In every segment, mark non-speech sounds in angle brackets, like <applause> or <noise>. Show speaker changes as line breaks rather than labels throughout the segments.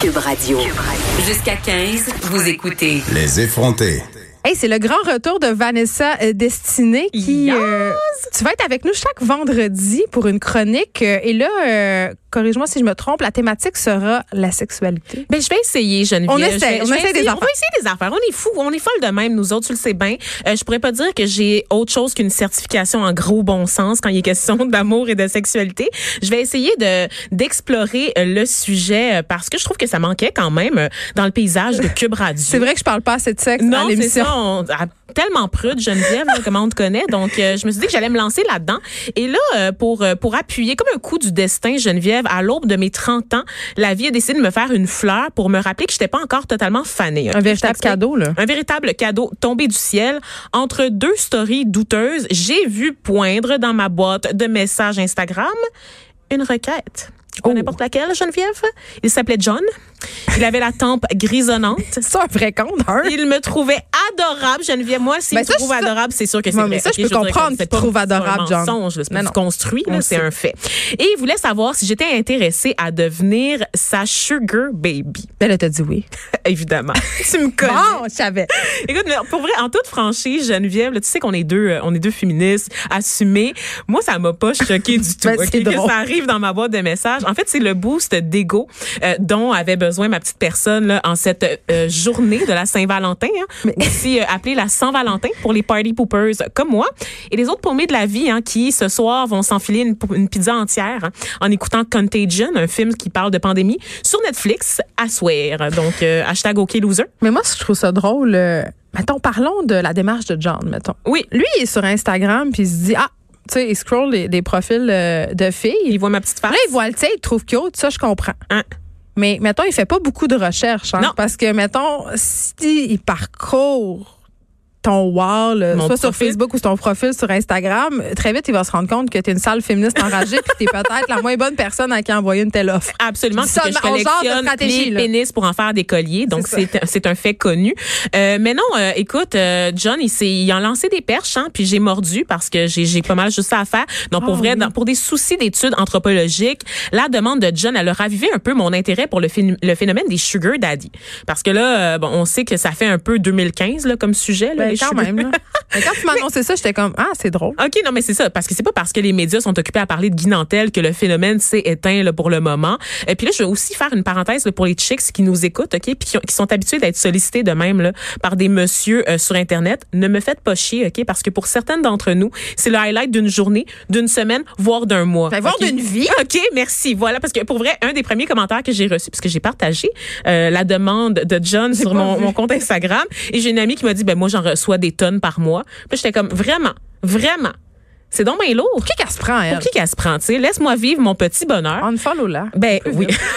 Cube Radio. Jusqu'à 15, vous écoutez
Les effronter.
Hey, c'est le grand retour de Vanessa euh, Destinée qui
Yes!
euh, tu vas être avec nous chaque vendredi pour une chronique euh, et là euh, corrige-moi si je me trompe la thématique sera la sexualité.
Ben, je vais essayer, Geneviève.
On
Je vais-
essaie,
je
on
vais
essaie des
essayer. On
affaires.
va essayer des affaires. On est fous, on est folles de même, nous autres, tu le sais bien. Euh, je pourrais pas dire que j'ai autre chose qu'une certification en gros bon sens quand il est question <laughs> d'amour et de sexualité. Je vais essayer de d'explorer euh, le sujet euh, parce que je trouve que ça manquait quand même euh, dans le paysage de Cube Radio.
C'est vrai que je parle pas assez de sexe dans
Non, c'est
l'émission.
ça. On, ah, tellement prude, Geneviève, là, comment on te connaît. Donc, euh, je me suis dit que j'allais me lancer là-dedans. Et là, euh, pour euh, pour appuyer comme un coup du destin, Geneviève, à l'aube de mes 30 ans, la vie a décidé de me faire une fleur pour me rappeler que j'étais pas encore totalement fanée. hein.
Un véritable cadeau là.
Un véritable cadeau tombé du ciel. Entre deux stories douteuses, j'ai vu poindre dans ma boîte de messages Instagram une requête. Pas
Oh.
n'importe laquelle, Geneviève. Il s'appelait John. Il avait la tempe grisonnante.
C'est un vrai compte hein?
Il me trouvait adorable, Geneviève. Moi, s'il
Ben,
me
ça,
trouve
je-
adorable, c'est sûr que c'est
Ouais,
vrai.
mais ça,
Ok,
je peux
veux dire,
comprendre
comme
qu'il
c'est
te trouve adorable,
C'est pas
John.
un mensonge, là, c'est
Mais
pas
non.
du construit,
On
là, c'est
le
un fait. Et il voulait savoir si j'étais intéressée à devenir sa sugar baby, <laughs>
Ben là t'as dit oui.
évidemment. tu me connais.
Bon, je savais.
Écoute, mais pour vrai, en toute franchise, Geneviève, là, tu sais qu'on est deux, euh, on est deux féministes assumées. Moi, ça m'a pas choqué du
<laughs>
tout.
Ben, c'est
ok, que
drôle.
ça arrive dans ma boîte de messages. En fait, c'est le boost d'ego euh, dont avait besoin ma petite personne là, en cette euh, journée de la Saint-Valentin, hein,
<laughs>
aussi euh, appelée la Saint-Valentin pour les party poopers comme moi et les autres paumés de la vie hein, qui ce soir vont s'enfiler une, pou- une pizza entière hein, en écoutant Contagion, un film qui parle de pandémie sur Netflix à swear. Donc euh, hashtag OK loser.
Mais moi je trouve ça drôle euh, mettons parlons de la démarche de John mettons.
Oui,
Lui il est sur Instagram puis il se dit ah tu sais il scroll des, des profils euh, de filles.
il voit ma petite face.
Là, il voit le tien, il te trouve cute, ça, je comprends.
Hein?
Mais, mettons, il fait pas beaucoup de recherches. hein,
Non.
Parce que, mettons, si il parcourt ton wall, euh,
Mon
soit sur
profil.
Facebook ou sur ton profil sur Instagram, très vite, il va se rendre compte que tu es une sale féministe enragée puis que tu es peut-être la moins bonne personne à qui envoyer une telle offre.
Absolument,
Ça,
c'est que je
on sort de
collectionne
stratégie,
les
là.
pénis pour en faire des colliers, donc
C'est
c'est c'est un fait connu. Euh, mais non, euh, écoute, euh, John, il s'est il a lancé des perches, hein, puis j'ai mordu parce que j'ai j'ai pas mal juste ça à faire. Donc pour
Ah
vrai,
oui.
dans- pour des soucis d'études anthropologiques, la demande de John, elle a ravivé un peu mon intérêt pour le, phén- le phénomène des sugar daddy, parce que là, euh, bon, on sait que ça fait un peu 2015 là, comme sujet, là,
Ben,
les
quand
sugar-
même, là. Mais quand tu m'as annoncé ça, j'étais comme, ah, c'est drôle.
OK, non, mais c'est ça, parce que c'est pas parce que les médias sont occupés à parler de Guy Nantel que le phénomène s'est éteint là, pour le moment. Et puis là, je vais aussi faire une parenthèse là, pour les chicks qui nous écoutent, OK, puis qui, ont- qui sont habitués d'être sollicités de même là, par des messieurs euh, sur Internet. Ne me faites pas chier, OK, parce que pour certaines d'entre nous, c'est le highlight d'une journée, d'une semaine, voire d'un mois.
Ben, voire
OK?
d'une vie.
OK, merci. Voilà, parce que pour vrai, un des premiers commentaires que j'ai reçu, parce que j'ai partagé euh, la demande de John sur
pas
mon,
vu.
mon compte Instagram, et j'ai une amie qui m'a dit, ben moi, j'en reçois des tonnes par mois. Puis j'étais comme, vraiment, vraiment, c'est donc bien lourd.
Qui qu'elle se prend, elle?
Pour qui qu'elle se prend, tu sais? Laisse-moi vivre mon petit bonheur.
On follow là. <laughs>
Ben oui. <laughs>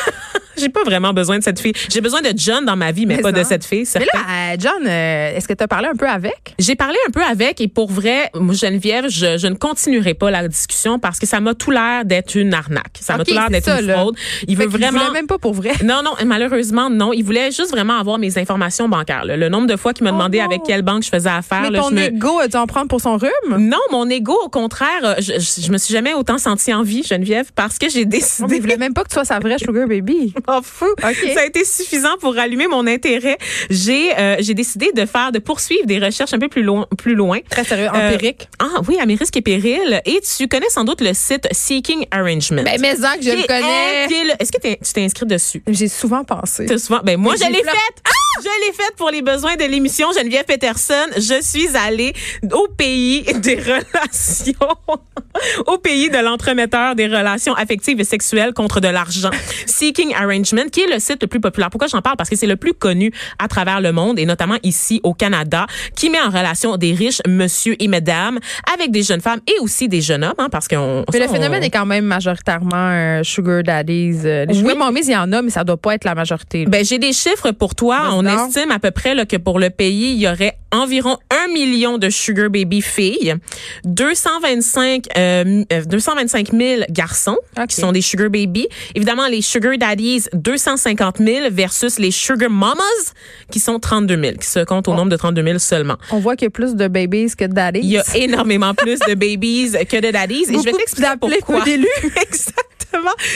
J'ai pas vraiment besoin de cette fille. J'ai besoin de John dans ma vie, mais,
Mais
pas
non.
de cette fille.
Mais
certain.
là, euh, John, euh, est-ce que tu as parlé un peu avec?
J'ai parlé un peu avec et pour vrai, moi, Geneviève, je, je ne continuerai pas la discussion parce que ça m'a tout l'air d'être une arnaque. Ça m'a
Ok,
tout l'air
c'est
d'être
ça,
une
là.
fraude. Il
Fait
veut
qu'il
vraiment.
voulait même pas pour
<laughs>
vrai.
Non, non, malheureusement, non. Il voulait juste vraiment avoir mes informations bancaires. là. Le nombre de fois qu'il m'a
Oh
demandé
non.
avec quelle banque je faisais affaire.
Mais
Ah, là,
ton
je me-
ego a dû en prendre pour son rhume?
<laughs> Non, mon ego, au contraire, euh, je, je, je me suis jamais autant sentie en vie, Geneviève, parce que j'ai
On ne
décidé.
voulait même pas que tu sois sa vraie sugar
<laughs>
baby.
m'en fous.
Oh OK.
Ça a été suffisant pour allumer mon intérêt. J'ai euh, j'ai décidé de faire de poursuivre des recherches un peu plus loin plus loin.
Très sérieux,
Euh,
empirique.
ah oui, à mes risques et périls. Et tu connais sans doute le site Seeking Arrangement.
Ben, mais ça que je
Qui
le
est-
connais.
qui est le- Est-ce que t'es- tu t'es inscrit dessus?
J'ai souvent pensé.
Très souvent. Ben, moi,
Mais
je
j'ai
l'ai
plein-
faite. Je l'ai faite pour les besoins de l'émission Geneviève Peterson. Je suis allée au pays des relations, <laughs> au pays de l'entremetteur des relations affectives et sexuelles contre de l'argent. Seeking Arrangement, qui est le site le plus populaire. Pourquoi j'en parle? Parce que c'est le plus connu à travers le monde et notamment ici au Canada, qui met en relation des riches monsieur et mesdames avec des jeunes femmes et aussi des jeunes hommes, hein, parce qu'on.
Mais
ça,
le phénomène
on-
est quand même majoritairement euh, sugar daddies. euh, les sugar
Oui.
mommies, il y en a, mais ça doit pas être la majorité. là.
Ben, j'ai des chiffres pour toi.
Vas-y.
On on
Non.
estime à peu près là, que pour le pays, il y aurait environ 1 million de sugar baby filles, 225, euh, euh, 225 000 garçons
Ok.
qui sont des sugar baby. Évidemment, les sugar daddies, 250 000 versus les sugar mamas qui sont 32 000, qui se
Oh.
comptent au nombre de 32 000 seulement.
Ben, On voit qu'il y a plus de babies que de daddies.
Il y a énormément plus de babies que de daddies. et je vais
Beaucoup
t'expliquer
d'appelés, peu
pourquoi.
d'élus.
<laughs> Exactement.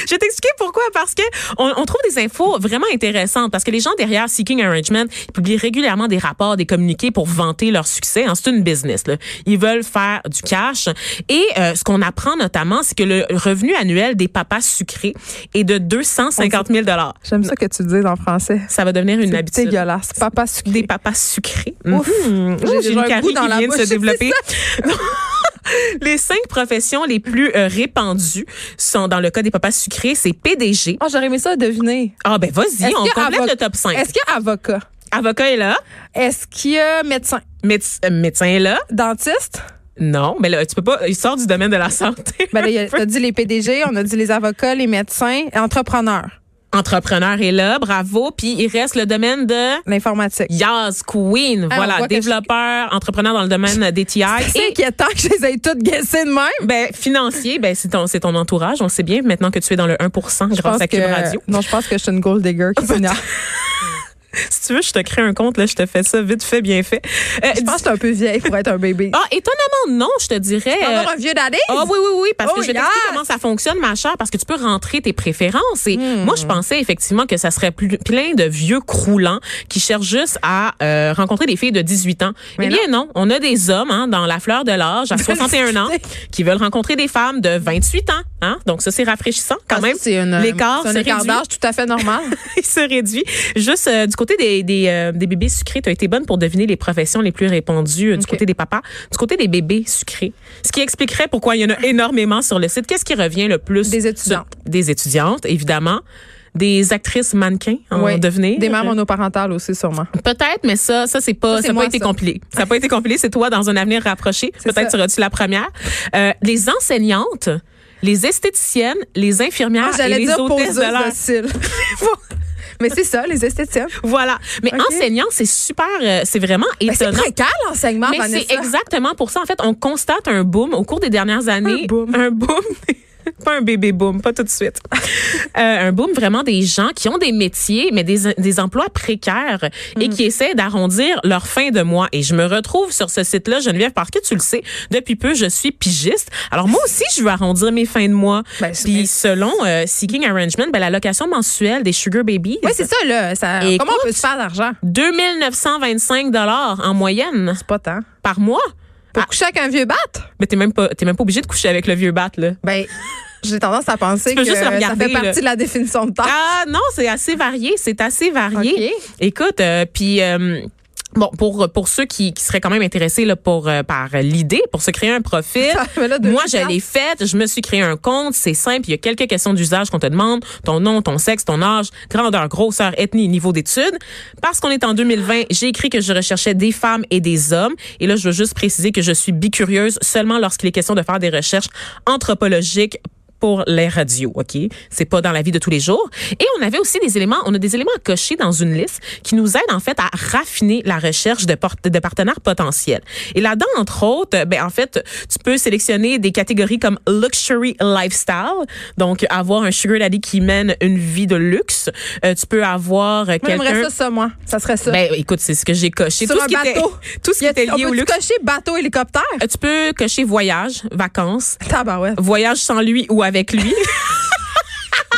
Je vais t'expliquer pourquoi. Parce que on, on trouve des infos vraiment intéressantes. Parce que les gens derrière Seeking Arrangement, ils publient régulièrement des rapports, des communiqués pour vanter leur succès. Hein, c'est une business. Là. Ils veulent faire du cash. Et euh, ce qu'on apprend notamment, c'est que le revenu annuel des papas sucrés est de 250 000
<laughs> J'aime ça que tu le dises en français.
Ça va devenir une
C'est
habitude
dégueulasse. Papa sucré.
des papas sucrés.
Ouf.
Mhm.
J'ai
J'ai
déjà
une
un
carie
goût dans
qui
la
vient de
bouche,
se
c'est
développer. <laughs> les cinq professions les plus euh, répandues sont, dans le cas des papas sucrés, c'est PDG.
<laughs> Oh, j'aurais aimé ça deviner.
Ah ben vas-y,
Est-ce
on
qu'il y a
complète
avoc-
le top 5.
Est-ce qu'il y a avocat?
Avocat est là,
Est-ce qu'il y a médecin?
méde- euh, médecin est là.
Dentiste?
Non, mais là, tu peux pas, il sort du domaine de la santé.
Ben là, il y a- t'as dit les PDG, on a dit les avocats, les médecins, entrepreneurs,
<laughs> Entrepreneur est là, bravo. Puis il reste le domaine de
l'informatique.
Yas Queen,
Ah, on
voilà,
voit que
développeur, entrepreneur dans le domaine des TI.
<laughs> C'est inquiétant que je les ai toutes guessées de même.
Ben, financier, ben, c'est ton, c'est ton entourage. On sait bien maintenant que tu es dans le 1
Je
grâce
pense
à Cube
que,
Radio.
non, je pense que je suis une gold digger
<laughs>
qui s'énerve.
Si tu veux, je te crée un compte, là, je te fais ça vite fait, bien fait. Euh,
Je pense que je suis un peu vieille pour être un bébé.
Ah, étonnamment, non, je te dirais.
Encore
euh,
un vieux daddy?
Ah oui, oui, oui, parce
Oh,
que je vais
yes!
t'expliquer comment ça fonctionne, ma chère, parce que tu peux rentrer tes préférences. Et moi, je pensais effectivement que ça serait plus- plein de vieux croulants qui cherchent juste à euh, rencontrer des filles de 18 ans. eh bien non. on a des hommes hein, dans la fleur de l'âge <laughs> à 61 ans qui veulent rencontrer des femmes de 28 ans. Hein? Donc ça, c'est rafraîchissant quand
Ah,
même.
c'est une-
L'écart
c'est un
se
écart
réduit.
d'âge tout à fait normal.
<laughs> il se réduit. Juste euh, du côté des, des, euh, des bébés sucrés, tu as été bonne pour deviner les professions les plus répandues euh, du
Ok.
côté des papas. Du côté des bébés sucrés, ce qui expliquerait pourquoi il y en a énormément sur le site. Qu'est-ce qui revient le plus?
Des étudiantes.
Sur- Des étudiantes, évidemment. Des actrices mannequins en
Oui.
devenir. Ah,
Des mères monoparentales aussi, sûrement.
Peut-être, mais ça, ça c'est
Ça,
pas, ça
c'est
n'a
moi,
pas été
ça.
compilé. Ça n'a pas été compilé. C'est toi dans un avenir rapproché.
C'est
Peut-être
ça.
seras-tu la première. Euh, les enseignantes, les esthéticiennes, les infirmières
Ah, J'allais
et les
dire
hôtesses
poseuse
de l'air.
de cils.
<laughs>
Mais c'est ça, les esthéticiennes.
Voilà. Mais
Ok.
enseignant, c'est super, euh, c'est vraiment
Mais c'est
étonnant.
précaire, l'enseignement,
Mais
Vanessa.
c'est exactement pour ça. En fait, on constate un boom au cours des dernières années.
boom.
Un boom. <laughs> pas un bébé boom, pas tout
<laughs>
de suite. Euh, un boom vraiment des gens qui ont des métiers, mais des, des emplois précaires
Mm.
et qui essaient d'arrondir leur fin de mois. Et je me retrouve sur ce site-là, Geneviève, parce que tu le sais, depuis peu, je suis pigiste. Alors moi aussi, je veux arrondir mes fins de mois.
Ben, c'est-
Puis selon euh, Seeking Arrangement, ben, la location mensuelle des Sugar Babies,
Oui, c'est ça, là. Ça,
Et
comment on peut se faire d'argent?
2925 dollars en moyenne
C'est pas tant.
par mois.
Pour
Ah.
coucher avec un vieux bat?
Mais t'es même pas, t'es même pas obligé de coucher avec le vieux bat là.
Ben, j'ai tendance à penser
peux
que
juste le
ça
regarder,
fait partie
là.
de la définition de temps.
Ah non, c'est assez varié, c'est assez varié.
Ok.
Écoute, euh, puis. euh, Bon, pour pour ceux qui, qui seraient quand même intéressés là, pour euh, par l'idée, pour se créer
<laughs>
un profil,
Mais là, de-
moi je l'ai faite, je me suis créé un compte, c'est simple, il y a quelques questions d'usage qu'on te demande, ton nom, ton sexe, ton âge, grandeur, grosseur, ethnie, niveau d'études. Parce qu'on est en 2020, j'ai écrit que je recherchais des femmes et des hommes, et là je veux juste préciser que je suis bicurieuse seulement lorsqu'il est question de faire des recherches anthropologiques pour les radios, OK? C'est pas dans la vie de tous les jours. Et on avait aussi des éléments, on a des éléments à cocher dans une liste qui nous aident en fait à raffiner la recherche de, port- de partenaires potentiels. Et là-dedans, entre autres, euh, ben en fait, tu peux sélectionner des catégories comme luxury lifestyle, donc avoir un sugar daddy qui mène une vie de luxe. Euh, tu peux avoir euh,
Moi, j'aimerais
quelqu'un
ça, ça, moi. Ça serait ça.
ben écoute, c'est ce que j'ai coché.
Sur
tout
un
ce qui
bateau.
était <laughs> tout ce qui
Y a-
était
on
lié au
peut-tu
luxe.
cocher bateau, hélicoptère?
<laughs> Euh, Tu peux cocher voyage, vacances,
Tabarouette.
voyage sans lui ou avec lui.
<laughs>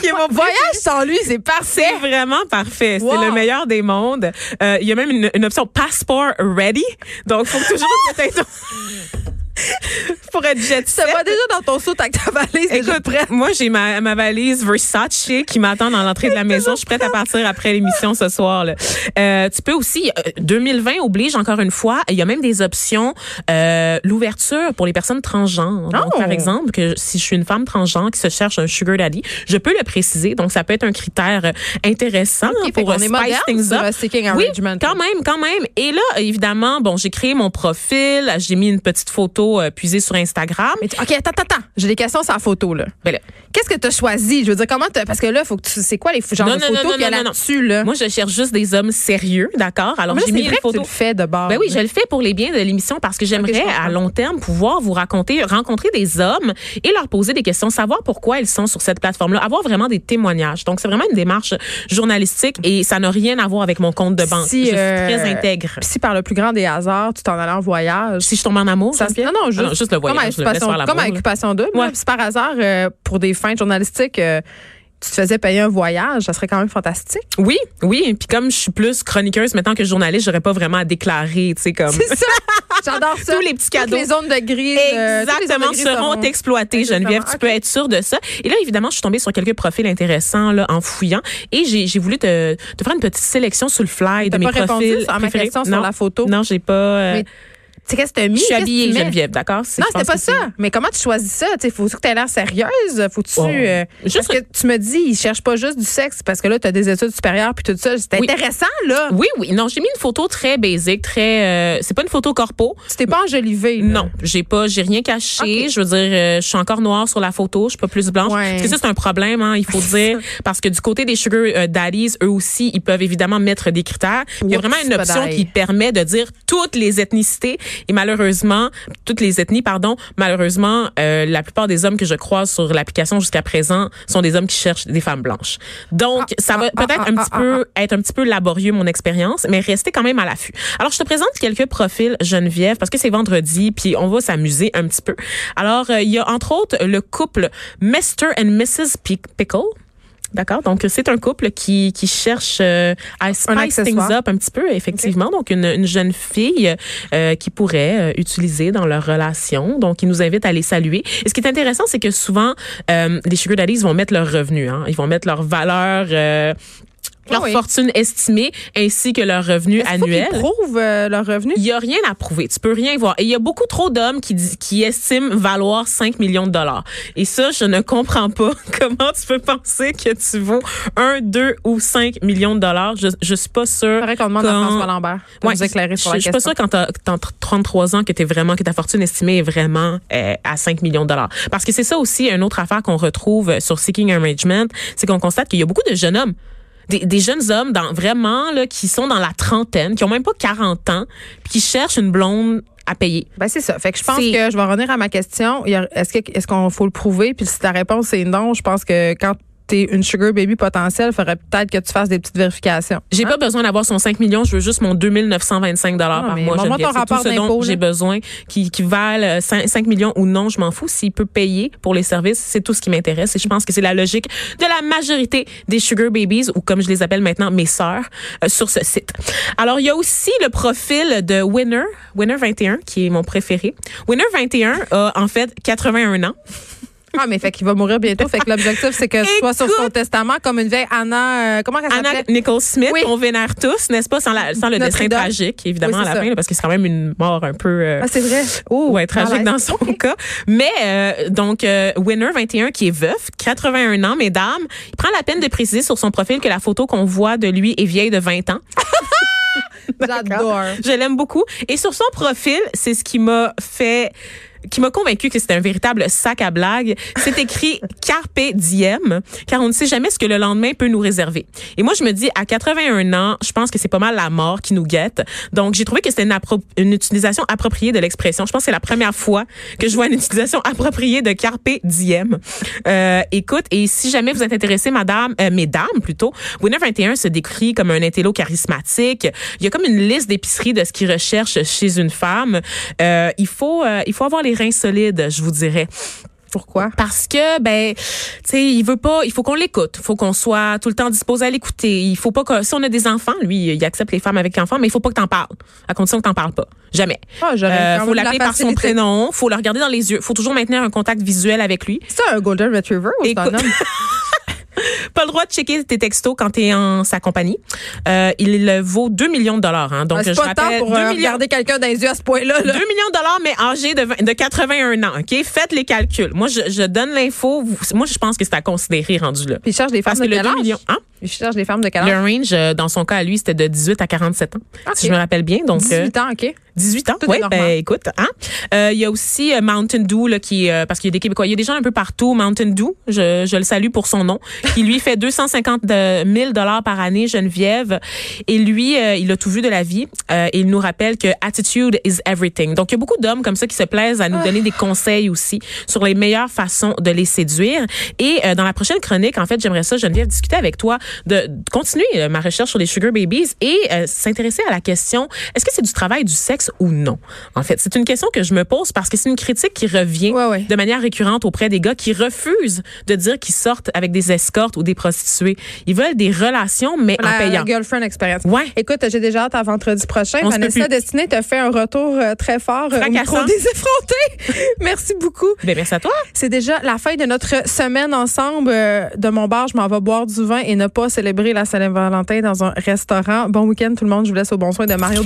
Qui est mon
Voyage sans lui, c'est parfait.
C'est vraiment parfait.
Wow.
C'est le meilleur des mondes. Euh, Il y a même une, une option passport ready. Donc, faut toujours peut-être <laughs> pour être jet
Ça
set.
va déjà dans ton saut avec ta valise. déjà
Écoute,
prête.
moi, j'ai ma, ma valise Versace qui m'attend dans l'entrée
<laughs>
de la maison. Je suis prête à partir après l'émission ce soir. là. Euh, tu peux aussi, euh, 2020 oblige encore une fois, il y a même des options, euh, l'ouverture pour les personnes transgenres. Donc,
Oh.
par exemple, que si je suis une femme transgenre qui se cherche un sugar daddy, je peux le préciser. Donc, ça peut être un critère euh, intéressant
Ok, fait
pour
qu'on
euh,
est
spice
moderne
things
sur,
up.
euh, Seeking
Oui,
Arrangement.
quand même, quand même. Et là, évidemment, bon, j'ai créé mon profil, j'ai mis une petite photo photos euh, puisées sur Instagram.
Mais tu- OK, attends, attends, attends. J'ai des questions sur la photo, là.
Ben là,
Qu'est-ce que tu as choisi? Je veux dire, comment t'as- Parce que là, faut que tu. C'est quoi les f- genres
Non,
de
non,
photos
non,
qu'il y a
non, non,
là-dessus, là?
moi, je cherche juste des hommes sérieux, d'accord? Alors,
Hein? Mais là,
j'ai mis
c'est
les
vrai que tu le
photos.
fais de bord.
Ben oui, je le fais pour les biens de l'émission parce que j'aimerais
Ok, je comprends.
à long terme pouvoir vous raconter, rencontrer des hommes et leur poser des questions, savoir pourquoi ils sont sur cette plateforme-là, avoir vraiment des témoignages. Donc c'est vraiment une démarche journalistique et ça n'a rien à voir avec mon compte de banque.
Si,
je suis
euh,
très intègre.
Puis si par le plus grand des hasards, tu t'en allais en voyage.
Si je tombe en amour,
Ça se-
Geneviève?
non, non, juste,
Ah juste le
comme à
voyage. je le laisse
occupation,
faire la
comme à
bourre, là.
occupation double.
Ouais.
là. Puis si par hasard, euh, pour des fins journalistiques, euh, tu te faisais payer un voyage, ça serait quand même fantastique.
Oui, oui. Puis comme je suis plus chroniqueuse maintenant que journaliste, j'aurais pas vraiment à déclarer, tu sais comme.
C'est ça! <laughs> J'adore ça.
Tous les petits
Toutes
cadeaux.
les zones de gris. euh, toutes les zones de
Exactement,
gris
seront exploitées,
Exactement.
Geneviève. Tu peux
Ok.
être sûre de ça. Et là, évidemment, je suis tombée sur quelques profils intéressants là, en fouillant. Et j'ai j'ai voulu te, te faire une petite sélection sur le fly de
T'as
mes
pas répondu
profils.
à ma
préférés.
question
non,
sur la photo.
Non, j'ai pas. euh,
Mais Tu sais, qu'est-ce que t'as mis?
je suis
Qu'est-ce que
habillée,
tu mets?
Geneviève, d'accord? C'est-
Non,
je
c'était
pense
pas
que c'est-
ça. Mais comment tu choisis ça? Tu sais, faut que tu aies l'air sérieuse. Faut-tu.
Oh.
euh,
Juste-
Parce que tu me dis, ils cherchent pas juste du sexe parce que là, tu as des études supérieures puis tout ça. C'est
Oui.
intéressant, là.
Oui, oui. Non, j'ai mis une photo très basique, très. euh, c'est pas une photo corpo.
Tu t'es pas enjolivé. là.
Non, j'ai pas, j'ai rien caché.
Ok.
Je veux dire, euh, je suis encore noire sur la photo, je suis pas plus blanche.
Ouais.
Parce que ça c'est un problème, hein,
<laughs>
il faut dire, parce que du côté des sugar euh, daddies, eux aussi, ils peuvent évidemment mettre des critères. Il y a
Oups,
vraiment une option
padaille.
qui permet de dire toutes les ethnicités et malheureusement, toutes les ethnies, pardon, malheureusement, euh, la plupart des hommes que je croise sur l'application jusqu'à présent sont des hommes qui cherchent des femmes blanches. Donc, ça va
ah,
peut-être
ah,
un
ah,
petit peu être un petit peu laborieux mon expérience, mais restez quand même à l'affût. Alors je te présente quelques profils Geneviève parce que c'est vendredi puis on va s'amuser un petit peu. Alors euh, il y a entre autres le couple Mr and Mrs Pic- Pickle. D'accord, donc c'est un couple qui, qui cherche euh, à spice things
accessoire.
up un petit peu, effectivement. Donc une, une jeune fille euh, qui pourrait euh, utiliser dans leur relation. Donc ils nous invitent à les saluer. Et ce qui est intéressant, c'est que souvent euh, les sugar daddies vont mettre leurs revenus, hein. ils vont mettre leur valeur. euh,
Ah
leur
oui.
fortune estimée ainsi que leur revenu
Est-ce qu'il faut qu'ils
annuel.
prouvent euh, leur revenu.
Il y a rien à prouver, tu peux rien voir. Et il y a beaucoup trop d'hommes qui dis- qui estiment valoir 5 millions de dollars. Et ça, je ne comprends pas <laughs> comment tu peux penser que tu vaux 1, 2 ou 5 millions de dollars. Je je suis pas sûre.
Il faudrait qu'on demande à
quand-
François Lambert de
Ouais,
nous éclairer
je-
sur la
Je suis
question.
pas sûre quand t'as t'as entre 33 ans que t'es vraiment que ta fortune estimée est vraiment euh, à 5 millions de dollars. Parce que c'est ça aussi une autre affaire qu'on retrouve euh, sur Seeking Arrangement, c'est qu'on constate qu'il y a beaucoup de jeunes hommes. Des, des jeunes hommes dans vraiment là qui sont dans la trentaine, qui ont même pas 40 ans, puis qui cherchent une blonde à payer.
Ben c'est ça. Fait que je pense
C'est-
que je vais en revenir à ma question. Il y a- Est-ce que est-ce qu'on faut le prouver Puis si ta réponse est non, je pense que quand t'es une sugar baby potentielle, il faudrait peut-être que tu fasses des petites vérifications.
J'ai
Hein?
pas besoin d'avoir son 5 millions, je veux juste mon 2925 dollars
Non,
par
mais
mois.
montre-moi ton
Geneviève. C'est tout
rapport
ce dont
d'impôt, là.
j'ai besoin qui, qui valent 5, millions ou non, je m'en fous. S'il peut payer pour les services, c'est tout ce qui m'intéresse. Et je pense que c'est la logique de la majorité des sugar babies, ou comme je les appelle maintenant, mes sœurs, euh, sur ce site. Alors, il y a aussi le profil de Winner, Winner 21, qui est mon préféré. Winner 21 a en fait 81 ans.
Ah mais fait qu'il va mourir bientôt. fait que l'objectif c'est que tu sois sur son
Écoute!
testament comme une vieille Anna. euh, comment elle
Anna
s'appelait
Nicole Smith,
Oui.
qu'on vénère tous, n'est-ce pas, sans, la- sans le
Notre
destin
idole.
tragique, évidemment,
Oui,
à
c'est
la
ça.
fin, là, parce que c'est quand même une mort un peu... euh,
Ah c'est vrai. Oh,
ouais, tragique dans son cas. Mais euh, donc euh, Winner 21 qui est veuf, 81 ans mesdames, il prend la peine de préciser sur son profil que la photo qu'on voit de lui est vieille de 20 ans.
<laughs> J'adore.
Je l'aime beaucoup et sur son profil, c'est ce qui m'a fait qui m'a convaincu que c'était un véritable sac à blagues. C'est écrit carpe diem car on ne sait jamais ce que le lendemain peut nous réserver. Et moi je me dis à 81 ans, je pense que c'est pas mal la mort qui nous guette. Donc j'ai trouvé que c'était une, appro- une utilisation appropriée de l'expression. Je pense que c'est la première fois que je vois une utilisation appropriée de carpe diem. Euh, écoute et si jamais vous êtes intéressé madame euh, mesdames plutôt, Winner 21 se décrit comme un intello charismatique. Il y a comme une liste d'épiceries de ce qu'il recherche chez une femme. Euh, il faut euh, il faut avoir les reins solides, je vous dirais.
Pourquoi
Parce que ben, tu sais, il veut pas. Il faut qu'on l'écoute. Il faut qu'on soit tout le temps disposé à l'écouter. Il faut pas que si on a des enfants, lui, il accepte les femmes avec enfants, mais il faut pas que t'en parles. À condition que t'en parles pas. Jamais.
Ah, j'aurais
Euh,
quand
faut
même
l'appeler
la
par son
facilité.
prénom. Faut le regarder dans les yeux. Faut toujours maintenir un contact visuel avec lui.
C'est un golden retriever ou c'est un
Écoute-
homme
Pas le droit de checker tes textos quand t'es en sa compagnie. Euh, il vaut 2 millions de dollars. Hein. Donc
Ah, C'est
je
pas le temps
rappelle
pour
2
euh,
millions.
regarder quelqu'un dans les yeux à ce point-là.
2
là.
millions de dollars, mais âgé de, 20 de 81 ans, OK? Faites les calculs. Moi, je, je donne l'info. Vous- Moi, je pense que c'est à considérer rendu là.
Puis il cherche des femmes
Parce que
de
le
quel
2
âge
millions... Hein?
Il cherche des femmes de quel
Le
âge
range, euh, dans son cas à lui, c'était de 18 à 47 ans,
OK.
si je me rappelle bien. Donc, euh,
18 ans, OK.
18 ans.
Tout est
Oui,
normal.
ben écoute, hein. Euh, Il y a aussi euh, Mountain Dew là, qui euh, parce qu'il y a des Québécois, il y a des gens un peu partout. Mountain Dew, je, je le salue pour son nom, qui lui fait 250 de- 000 euh, dollars par année, Geneviève. Et lui, euh, il a tout vu de la vie. Euh, et il nous rappelle que attitude is everything. Donc il y a beaucoup d'hommes comme ça qui se plaisent
Ah.
à nous donner des conseils aussi sur les meilleures façons de les séduire. Et euh, dans la prochaine chronique, en fait, j'aimerais ça, Geneviève, discuter avec toi de, de continuer euh, ma recherche sur les sugar babies et euh, s'intéresser à la question est-ce que c'est du travail du sexe ou non En fait, c'est une question que je me pose parce que c'est une critique qui revient
Ouais, ouais.
de manière récurrente auprès des gars qui refusent de dire qu'ils sortent avec des escortes ou des prostituées. Ils veulent des relations mais en
La
payant.
girlfriend experience.
Ouais.
Écoute, j'ai déjà hâte à vendredi prochain.
On se peut
Vanessa
plus.
Destinée t'a fait un retour euh, très fort euh, au micro
Fracassant.
des effrontés. <laughs> Merci beaucoup.
Ben merci à toi.
C'est déjà la fin de notre semaine ensemble. Euh, De mon bar, je m'en vais boire du vin et ne pas célébrer la Saint-Valentin dans un restaurant. Bon week-end tout le monde. Je vous laisse au bon soin de Mario.